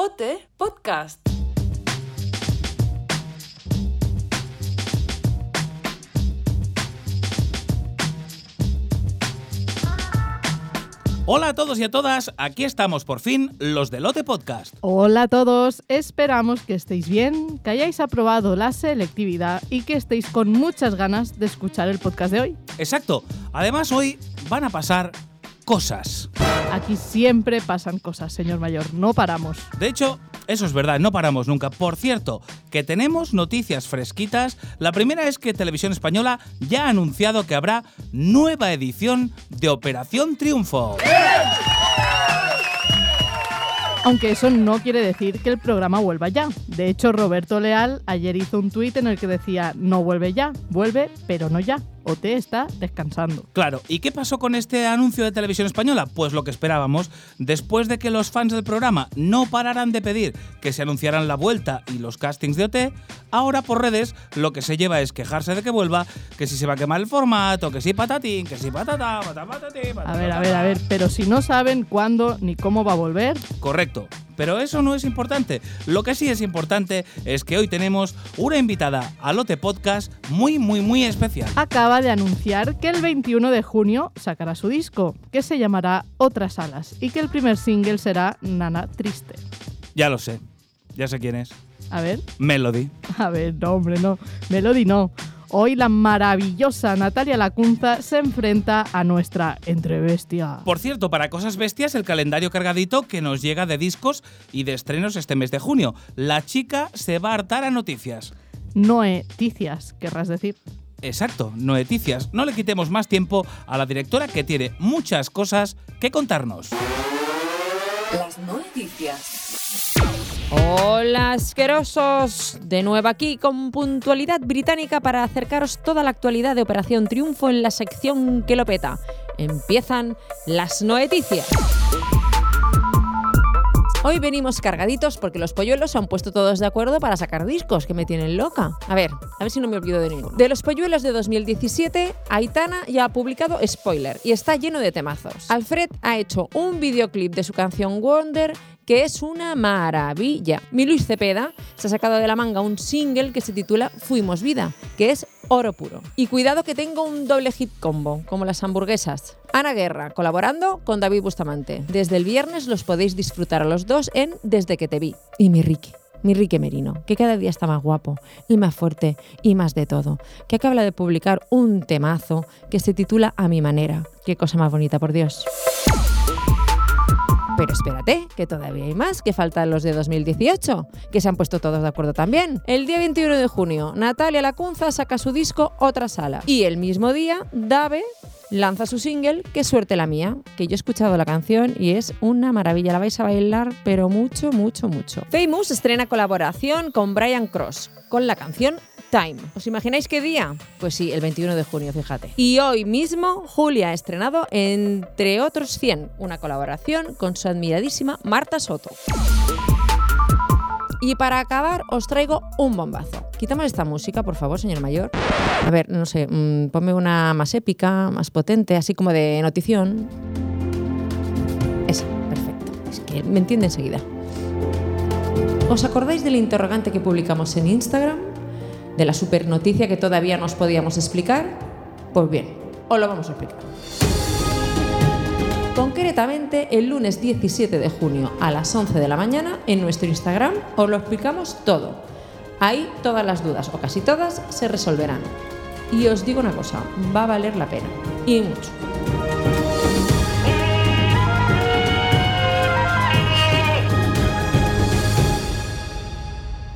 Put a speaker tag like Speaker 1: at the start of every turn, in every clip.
Speaker 1: Deporte Podcast.
Speaker 2: Hola a todos y a todas, aquí estamos por fin los de Lote Podcast.
Speaker 3: Hola a todos, esperamos que estéis bien, que hayáis aprobado la selectividad y que estéis con muchas ganas de escuchar el podcast de hoy.
Speaker 2: Exacto, además hoy van a pasar cosas.
Speaker 3: Aquí siempre pasan cosas, señor mayor, no paramos.
Speaker 2: De hecho, eso es verdad, no paramos nunca. Por cierto, que tenemos noticias fresquitas. La primera es que Televisión Española ya ha anunciado que habrá nueva edición de Operación Triunfo.
Speaker 3: Aunque eso no quiere decir que el programa vuelva ya. De hecho, Roberto Leal ayer hizo un tuit en el que decía, no vuelve ya, vuelve, pero no ya. O te está descansando.
Speaker 2: Claro, ¿y qué pasó con este anuncio de televisión española? Pues lo que esperábamos, después de que los fans del programa no pararan de pedir que se anunciaran la vuelta y los castings de OT, ahora por redes lo que se lleva es quejarse de que vuelva, que si se va a quemar el formato, que si patatín, que si patata, patata, patatín,
Speaker 3: A
Speaker 2: patata,
Speaker 3: ver, a ver, a ver, pero si no saben cuándo ni cómo va a volver,
Speaker 2: Correcto. Pero eso no es importante. Lo que sí es importante es que hoy tenemos una invitada a Lote Podcast muy, muy, muy especial.
Speaker 3: acaba de anunciar que el 21 de junio sacará su disco, que se llamará Otras Alas, y que el primer single será Nana Triste.
Speaker 2: Ya lo sé. Ya sé quién es.
Speaker 3: A ver,
Speaker 2: Melody.
Speaker 3: a ver, no, hombre, no. Melody no. Hoy la maravillosa Natalia Lacunza se enfrenta a nuestra entrebestia.
Speaker 2: Por cierto, para Cosas Bestias, el calendario cargadito que nos llega de discos y de estrenos este mes de junio. La chica se va a hartar a noticias.
Speaker 3: Noe Ticias, querrás decir.
Speaker 2: Exacto, noticias. No le quitemos más tiempo a la directora que tiene muchas cosas que contarnos.
Speaker 1: Las noticias.
Speaker 4: Hola asquerosos, de nuevo aquí con puntualidad británica para acercaros toda la actualidad de Operación Triunfo en la sección que lo peta. Empiezan las noticias. Hoy venimos cargaditos porque los polluelos se han puesto todos de acuerdo para sacar discos que me tienen loca. A ver, a ver si no me olvido de ninguno. De los polluelos de 2017, Aitana ya ha publicado Spoiler y está lleno de temazos. Alfred ha hecho un videoclip de su canción Wonder que es una maravilla. Mi Luis Cepeda se ha sacado de la manga un single que se titula Fuimos Vida, que es oro puro. Y cuidado que tengo un doble hit combo, como las hamburguesas. Ana Guerra, colaborando con David Bustamante. Desde el viernes los podéis disfrutar a los dos en Desde que te vi. Y mi Ricky. Mi Ricky Merino, que cada día está más guapo y más fuerte y más de todo, que acaba de publicar un temazo que se titula A mi manera. Qué cosa más bonita, por Dios. Pero espérate, que todavía hay más, que faltan los de 2018, que se han puesto todos de acuerdo también. El día 21 de junio, Natalia Lacunza saca su disco Otra Sala. Y el mismo día, Dave lanza su single Qué suerte la mía, que yo he escuchado la canción y es una maravilla. La vais a bailar, pero mucho, mucho, mucho. Famous estrena colaboración con Brian Cross, con la canción Time. ¿Os imagináis qué día? Pues sí, el 21 de junio, fíjate. Y hoy mismo Julia ha estrenado Entre otros 100, una colaboración con su admiradísima Marta Soto. Y para acabar os traigo un bombazo. Quitamos esta música, por favor, señor mayor. A ver, no sé, mm, ponme una más épica, más potente, así como de notición. Esa, perfecto. Es que me entiende enseguida. ¿Os acordáis del interrogante que publicamos en Instagram? ¿De la super noticia que todavía no os podíamos explicar? Pues bien, os lo vamos a explicar. Concretamente, el lunes 17 de junio a las 11 de la mañana en nuestro Instagram os lo explicamos todo. Ahí todas las dudas, o casi todas, se resolverán. Y os digo una cosa, va a valer la pena. Y mucho.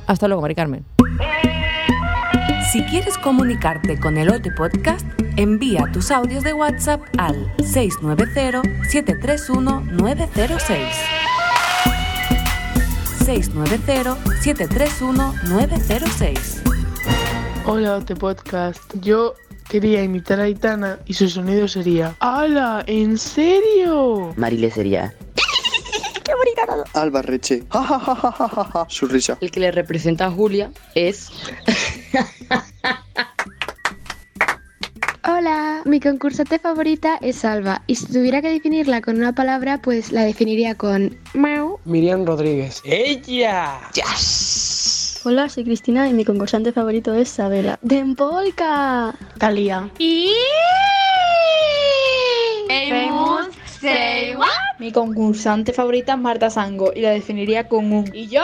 Speaker 4: Hasta luego, Mari Carmen.
Speaker 1: Si quieres comunicarte con el Ote Podcast, envía tus audios de WhatsApp al 690-731-906. 690-731-906.
Speaker 5: Hola, Ote Podcast. Yo quería imitar a Aitana y su sonido sería ¡Hala! ¿En serio?
Speaker 6: Marile sería
Speaker 7: Alba Reche. Ja, ja, ja, ja, ja, ja, ja. Su risa.
Speaker 6: el que le representa a Julia es Hola, mi concursante favorita es Alba y si tuviera que definirla con una palabra, pues la definiría con mau.
Speaker 8: Miriam Rodríguez. ¡Ella!
Speaker 9: Hola, soy Cristina y mi concursante favorito es Sabela. ¡Dempolka!
Speaker 10: Talía.
Speaker 11: Y.
Speaker 12: Mi concursante favorita es Marta Sango y la definiría con un y yo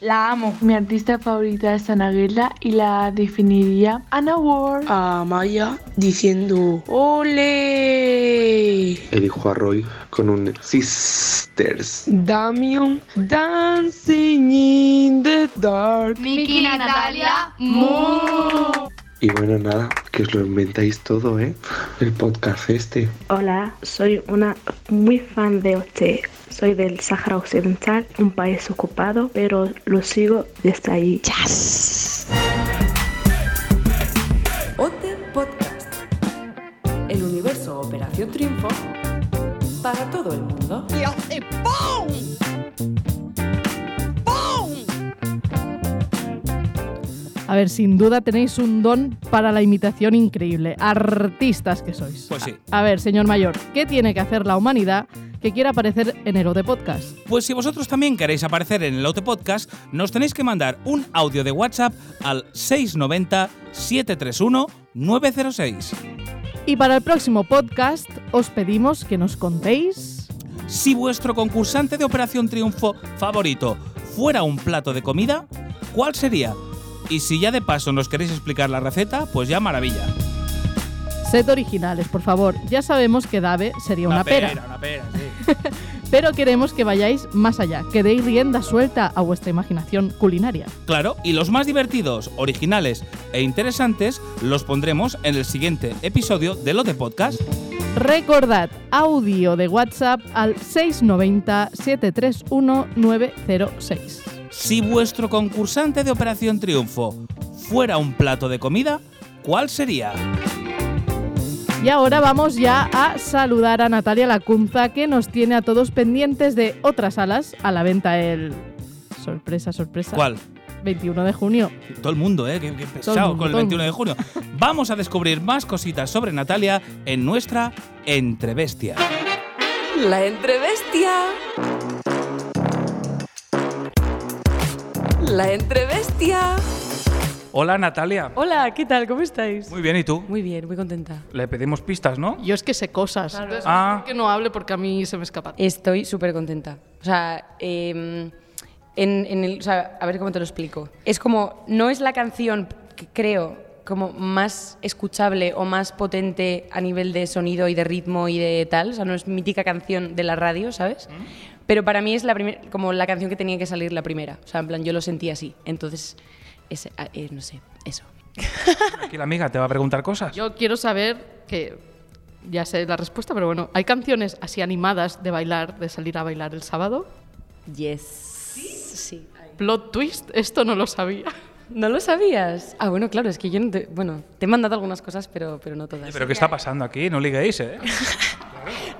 Speaker 12: la amo.
Speaker 5: Mi artista favorita es Ana Guerra y la definiría Ana Ward.
Speaker 8: A Maya diciendo ¡Ole!
Speaker 7: Elijo a Roy con un Sisters.
Speaker 8: Damian Dancing in the Dark.
Speaker 11: Miki Natalia Mu.
Speaker 7: Y bueno, nada, que os lo inventáis todo, ¿eh? El podcast este.
Speaker 13: Hola, soy una muy fan de usted. Soy del Sáhara Occidental, un país ocupado, pero lo sigo desde ahí.
Speaker 4: Yes.
Speaker 1: OTE Podcast. El universo Operación Triunfo para todo el mundo.
Speaker 11: Y hace ¡Pum!
Speaker 3: A ver, sin duda tenéis un don para la imitación increíble. Artistas que sois.
Speaker 2: Pues sí.
Speaker 3: A ver, señor mayor, ¿qué tiene que hacer la humanidad que quiera aparecer en el OT Podcast?
Speaker 2: Pues si vosotros también queréis aparecer en el OT Podcast, nos tenéis que mandar un audio de WhatsApp al 690 731 906.
Speaker 3: Y para el próximo podcast os pedimos que nos contéis
Speaker 2: Si vuestro concursante de Operación Triunfo favorito fuera un plato de comida, ¿cuál sería? Y si ya de paso nos queréis explicar la receta, pues ya maravilla.
Speaker 3: sed originales, por favor. Ya sabemos que Dave sería una, pera,
Speaker 2: Una pera, sí.
Speaker 3: pero queremos que vayáis más allá, que deis rienda suelta a vuestra imaginación culinaria.
Speaker 2: Claro, y los más divertidos, originales e interesantes los pondremos en el siguiente episodio de Lo de Podcast.
Speaker 3: Recordad, audio de WhatsApp al 690 731 906.
Speaker 2: Si vuestro concursante de Operación Triunfo fuera un plato de comida, ¿cuál sería?
Speaker 3: Y ahora vamos ya a saludar a Natalia Lacunza, que nos tiene a todos pendientes de otras alas a la venta el. Sorpresa, sorpresa.
Speaker 2: ¿Cuál?
Speaker 3: 21 de junio.
Speaker 2: Todo el mundo, ¿eh? Qué, qué pesado
Speaker 3: mundo,
Speaker 2: con el
Speaker 3: todo el
Speaker 2: 21 de junio. Vamos a descubrir más cositas sobre Natalia en nuestra Entrebestia.
Speaker 1: La entrebestia. La entrebestia.
Speaker 2: Hola, Natalia.
Speaker 14: Hola, ¿qué tal? ¿Cómo estáis?
Speaker 2: Muy bien, ¿y tú?
Speaker 14: Muy bien, muy contenta.
Speaker 2: Le pedimos pistas, ¿no?
Speaker 3: Yo es que sé cosas. Entonces,
Speaker 2: Ah.
Speaker 3: mejor que no hable porque a mí se me escapa.
Speaker 14: Estoy súper contenta. O sea, em, en, en el, o sea, a ver cómo te lo explico. Es como, no es la canción que creo como más escuchable o más potente a nivel de sonido y de ritmo y de tal, o sea, no es mítica canción de la radio, ¿sabes? Pero para mí es la primer- como la canción que tenía que salir la primera, o sea, en plan, yo lo sentí así, entonces, es, a- eh, no sé, eso.
Speaker 2: Aquí la amiga te va a preguntar cosas.
Speaker 3: Yo quiero saber que. Ya sé la respuesta, pero bueno, hay canciones así animadas de bailar, de salir a bailar el sábado.
Speaker 14: Yes. Sí.
Speaker 3: Plot twist, esto no lo sabía.
Speaker 14: ¿No lo sabías? Ah, bueno, claro, es que yo no te, bueno, te he mandado algunas cosas, pero, pero no todas.
Speaker 2: Pero ¿qué está pasando aquí? No liguéis, ¿eh?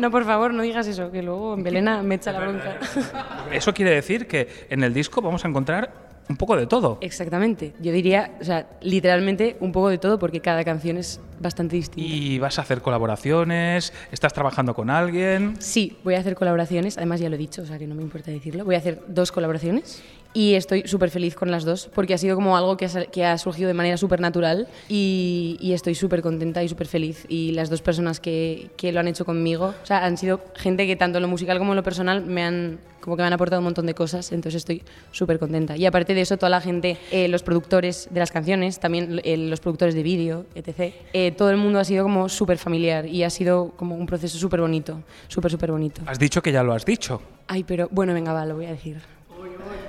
Speaker 14: No, por favor, no digas eso, que luego en Belena me echa la bronca.
Speaker 2: Eso quiere decir que en el disco vamos a encontrar un poco de todo.
Speaker 14: Eh, Exactamente. Yo diría, o sea, literalmente un poco de todo, porque cada canción es bastante distinta.
Speaker 2: Y vas a hacer colaboraciones, estás trabajando con alguien.
Speaker 14: Sí, voy a hacer colaboraciones, además ya lo he dicho, o sea que no me importa decirlo. Voy a hacer dos colaboraciones y estoy súper feliz con las dos porque ha sido como algo que ha, sal- que ha surgido de manera súper natural y, y estoy súper contenta y súper feliz. Y las dos personas que, que lo han hecho conmigo, o sea, han sido gente que tanto en lo musical como en lo personal me han como que me han aportado un montón de cosas, entonces estoy súper contenta. Y aparte de eso, toda la gente, eh, los productores de las canciones, también eh, los productores de vídeo, etc. eh, todo el mundo ha sido como súper familiar y ha sido como un proceso súper bonito, súper, súper bonito.
Speaker 2: Has dicho que ya lo has dicho.
Speaker 14: Ay, pero bueno, venga, va, lo voy a decir.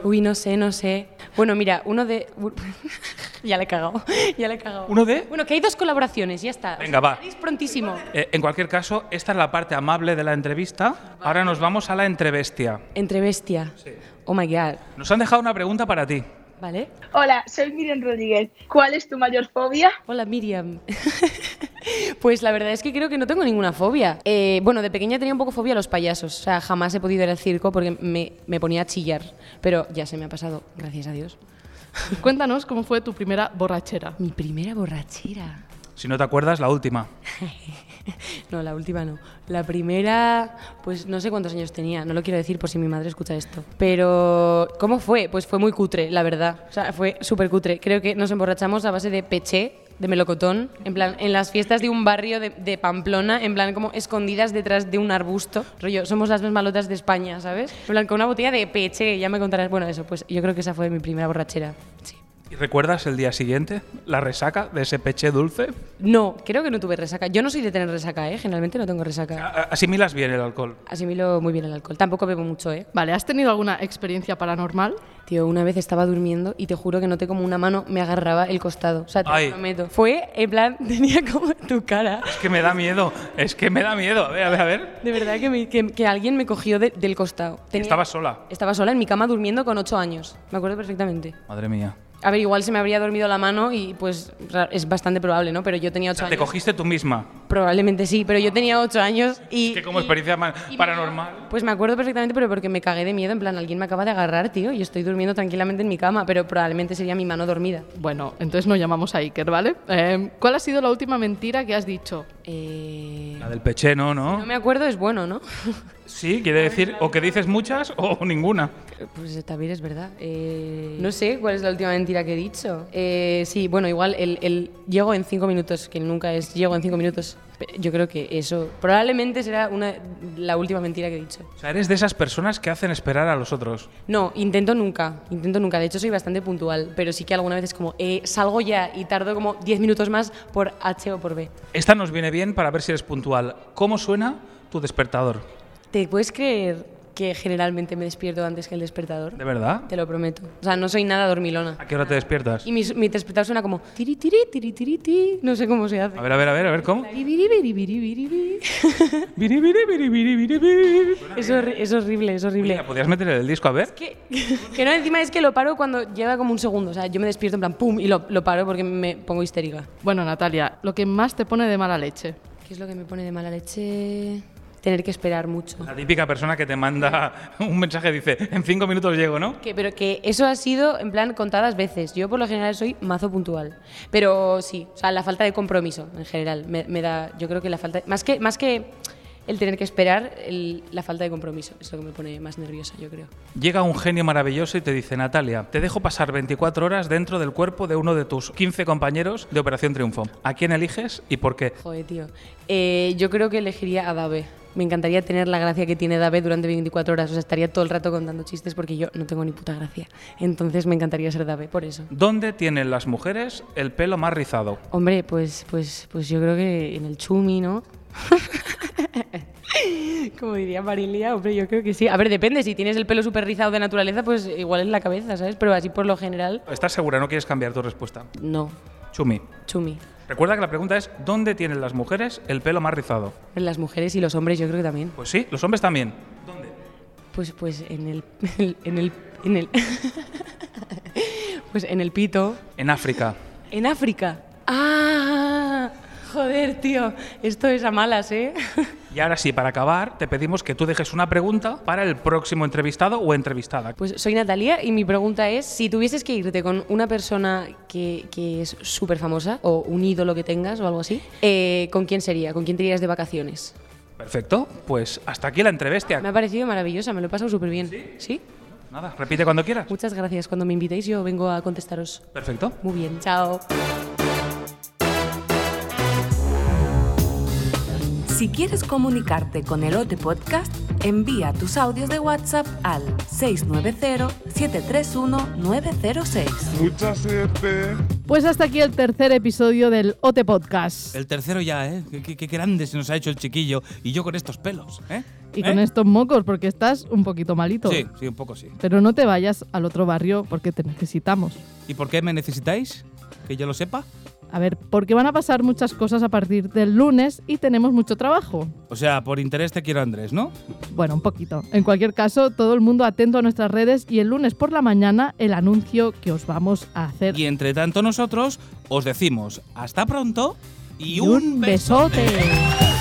Speaker 14: Uy, no sé, no sé. Bueno, mira, uno de... ya le he cagado, ya le he cagado.
Speaker 2: ¿Uno de?
Speaker 14: Bueno, que hay dos colaboraciones, ya está.
Speaker 2: Venga, va.
Speaker 14: Es prontísimo.
Speaker 2: Eh, en cualquier caso, esta es la parte amable de la entrevista. Ahora nos vamos a la entrebestia.
Speaker 14: Entre bestia. Oh my god.
Speaker 2: Nos han dejado una pregunta para ti.
Speaker 14: ¿Vale?
Speaker 10: Hola, soy Miriam Rodríguez. ¿Cuál es tu mayor fobia?
Speaker 14: Hola Miriam. pues la verdad es que creo que no tengo ninguna fobia. Eh, bueno, de pequeña tenía un poco fobia a los payasos. O sea, jamás he podido ir al circo porque me, me ponía a chillar. Pero ya se me ha pasado, gracias a Dios.
Speaker 3: Cuéntanos cómo fue tu primera borrachera.
Speaker 14: Mi primera borrachera.
Speaker 2: Si no te acuerdas, la última.
Speaker 14: No, la última no. La primera, pues no sé cuántos años tenía, no lo quiero decir por si mi madre escucha esto. Pero, ¿cómo fue? Pues fue muy cutre, la verdad. O sea, fue súper cutre. Creo que nos emborrachamos a base de peché, de melocotón, en plan, en las fiestas de un barrio de, de Pamplona, en plan, como escondidas detrás de un arbusto. Rollo, somos las más malotas de España, ¿sabes? En plan, con una botella de peché, ya me contarás. Bueno, eso, pues yo creo que esa fue mi primera borrachera. Sí.
Speaker 2: ¿Y recuerdas el día siguiente? ¿La resaca de ese peche dulce?
Speaker 14: No, creo que no tuve resaca. Yo no soy de tener resaca, ¿eh? Generalmente no tengo resaca.
Speaker 2: A- Asimilas bien el alcohol.
Speaker 14: Asimilo muy bien el alcohol. Tampoco bebo mucho, ¿eh?
Speaker 3: Vale, ¿has tenido alguna experiencia paranormal?
Speaker 14: Tío, una vez estaba durmiendo y te juro que noté como una mano me agarraba el costado. O sea, te
Speaker 2: Ay.
Speaker 14: lo prometo. Fue, en plan, tenía como tu cara.
Speaker 2: Es que me da miedo, es que me da miedo. A ver, a ver, a ver.
Speaker 14: De verdad que, me- que- que alguien me cogió de- del costado. Tenía-
Speaker 2: Estaba sola.
Speaker 14: Estaba sola en mi cama durmiendo con ocho años. Me acuerdo perfectamente.
Speaker 2: Madre mía.
Speaker 14: A ver, igual se me habría dormido la mano y pues ra- es bastante probable, ¿no? Pero yo tenía
Speaker 2: O
Speaker 14: ocho
Speaker 2: sea, te
Speaker 14: años.
Speaker 2: cogiste tú misma.
Speaker 14: Probablemente sí, pero yo tenía ocho años y...
Speaker 2: Es que como experiencia ma- paranormal.
Speaker 14: Pues me acuerdo perfectamente, pero porque me cagué de miedo. En plan, alguien me acaba de agarrar, tío. Yo estoy durmiendo tranquilamente en mi cama, pero probablemente sería mi mano dormida.
Speaker 3: Bueno, entonces no llamamos a Iker, ¿vale? Eh, ¿Cuál ha sido la última mentira que has dicho?
Speaker 14: Eh,
Speaker 2: La del peche, no,
Speaker 14: No
Speaker 2: ¿no?
Speaker 14: me acuerdo, es bueno, ¿no?
Speaker 2: Sí, quiere decir o que dices muchas o ninguna.
Speaker 14: Pues eh, también es verdad. Eh, no sé cuál es la última mentira que he dicho. Eh, sí, bueno, igual el, el llego en cinco minutos, que nunca es llego en cinco minutos. Pe- Yo creo que eso probablemente será una, la última mentira que he dicho.
Speaker 2: O sea, eres de esas personas que hacen esperar a los otros.
Speaker 14: No, intento nunca, intento nunca. De hecho, soy bastante puntual, pero sí que alguna vez es como, eh, salgo ya y tardo como 10 minutos más por H o por B.
Speaker 2: Esta nos viene bien para ver si eres puntual. ¿Cómo suena tu despertador?
Speaker 14: ¿Te puedes creer que generalmente me despierto antes que el despertador?
Speaker 2: ¿De verdad?
Speaker 14: Te lo prometo. O sea, no soy nada dormilona.
Speaker 2: ¿A qué hora te despiertas?
Speaker 14: Y mi, mi despertador suena como tiri tiri tiri tiri ti. No sé cómo se hace.
Speaker 2: A ver, a ver, a ver, a ver, ¿cómo?
Speaker 14: Biri, biri, biri, biri, biri, biri.
Speaker 2: Biri, biri, biri, biri, biri, biri.
Speaker 14: Es, horri- es horrible, es horrible.
Speaker 2: Mira, pues. ¿Podrías meter el disco a ver?
Speaker 14: Que no, encima es que lo paro cuando lleva como un segundo. O sea, yo me despierto en plan pum y lo, lo paro porque me pongo histérica.
Speaker 3: Bueno, Natalia, lo que más te pone de mala leche.
Speaker 14: ¿Qué es lo que me pone de mala leche? Tener que esperar mucho.
Speaker 2: La típica persona que te manda un mensaje dice, en cinco minutos llego, ¿no?
Speaker 14: Que- pero que eso ha sido en plan contadas veces. Yo por lo general soy mazo puntual. Pero sí, o sea, la falta de compromiso en general me, me da, yo creo que la falta, más que, más que el tener que esperar, el- la falta de compromiso es lo que me pone más nerviosa, yo creo.
Speaker 2: Llega un genio maravilloso y te dice, Natalia, te dejo pasar 24 horas dentro del cuerpo de uno de tus 15 compañeros de Operación Triunfo. ¿A quién eliges y por qué?
Speaker 14: Joder, tío. Eh, yo creo que elegiría a Dave. Me encantaría tener la gracia que tiene Dave durante 24 horas. O sea, estaría todo el rato contando chistes porque yo no tengo ni puta gracia. Entonces me encantaría ser Dave, por eso.
Speaker 2: ¿Dónde tienen las mujeres el pelo más rizado?
Speaker 14: Hombre, pues, pues, pues yo creo que en el chumi, ¿no? Como diría Marilia, hombre, yo creo que sí. A ver, depende. Si tienes el pelo súper rizado de naturaleza, pues igual es la cabeza, ¿sabes? Pero así por lo general,
Speaker 2: ¿Estás segura? ¿No quieres cambiar tu respuesta?
Speaker 14: no.
Speaker 2: Chumi.
Speaker 14: Chumi.
Speaker 2: Recuerda que la pregunta es, ¿dónde tienen las mujeres el pelo más rizado?
Speaker 14: Las mujeres y los hombres, yo creo que también.
Speaker 2: Pues sí, los hombres también.
Speaker 14: Pues, pues en el. En el. En el pues en el pito.
Speaker 2: En África.
Speaker 14: En África. ¡Ah! Joder, tío. Esto es a malas, ¿eh?
Speaker 2: Y ahora sí, para acabar, te pedimos que tú dejes una pregunta para el próximo entrevistado o entrevistada.
Speaker 14: Pues soy Natalia y mi pregunta es, si tuvieses que irte con una persona que, que es súper famosa o un ídolo que tengas o algo así, eh, ¿con quién sería? ¿Con quién te irías de vacaciones?
Speaker 2: Perfecto, pues hasta aquí la entrevestia.
Speaker 14: Me ha parecido maravillosa, me lo he pasado súper bien. ¿Sí?
Speaker 2: Nada, repite cuando quieras.
Speaker 14: Muchas gracias. Cuando me invitéis yo vengo a contestaros.
Speaker 2: Perfecto.
Speaker 14: Muy bien, chao.
Speaker 1: Si quieres comunicarte con el Ote Podcast, envía tus audios de WhatsApp al 690-731-906.
Speaker 15: Mucha suerte.
Speaker 3: Pues hasta aquí el tercer episodio del OT Podcast.
Speaker 2: El tercero ya, ¿eh? Qué- Qué, qué grande se nos ha hecho el chiquillo. Y yo con estos pelos, ¿eh?
Speaker 3: Y
Speaker 2: ¿Eh?
Speaker 3: con estos mocos, porque estás un poquito malito.
Speaker 2: Sí, sí, un poco sí.
Speaker 3: Pero no te vayas al otro barrio porque te necesitamos.
Speaker 2: ¿Y por qué me necesitáis? Que yo lo sepa.
Speaker 3: A ver, porque van a pasar muchas cosas a partir del lunes y tenemos mucho trabajo.
Speaker 2: O sea, por interés te quiero, Andrés, ¿no?
Speaker 3: Bueno, un poquito. En cualquier caso, todo el mundo atento a nuestras redes y el lunes por la mañana el anuncio que os vamos a hacer.
Speaker 2: Y entre tanto nosotros os decimos hasta pronto y,
Speaker 3: Y un besote.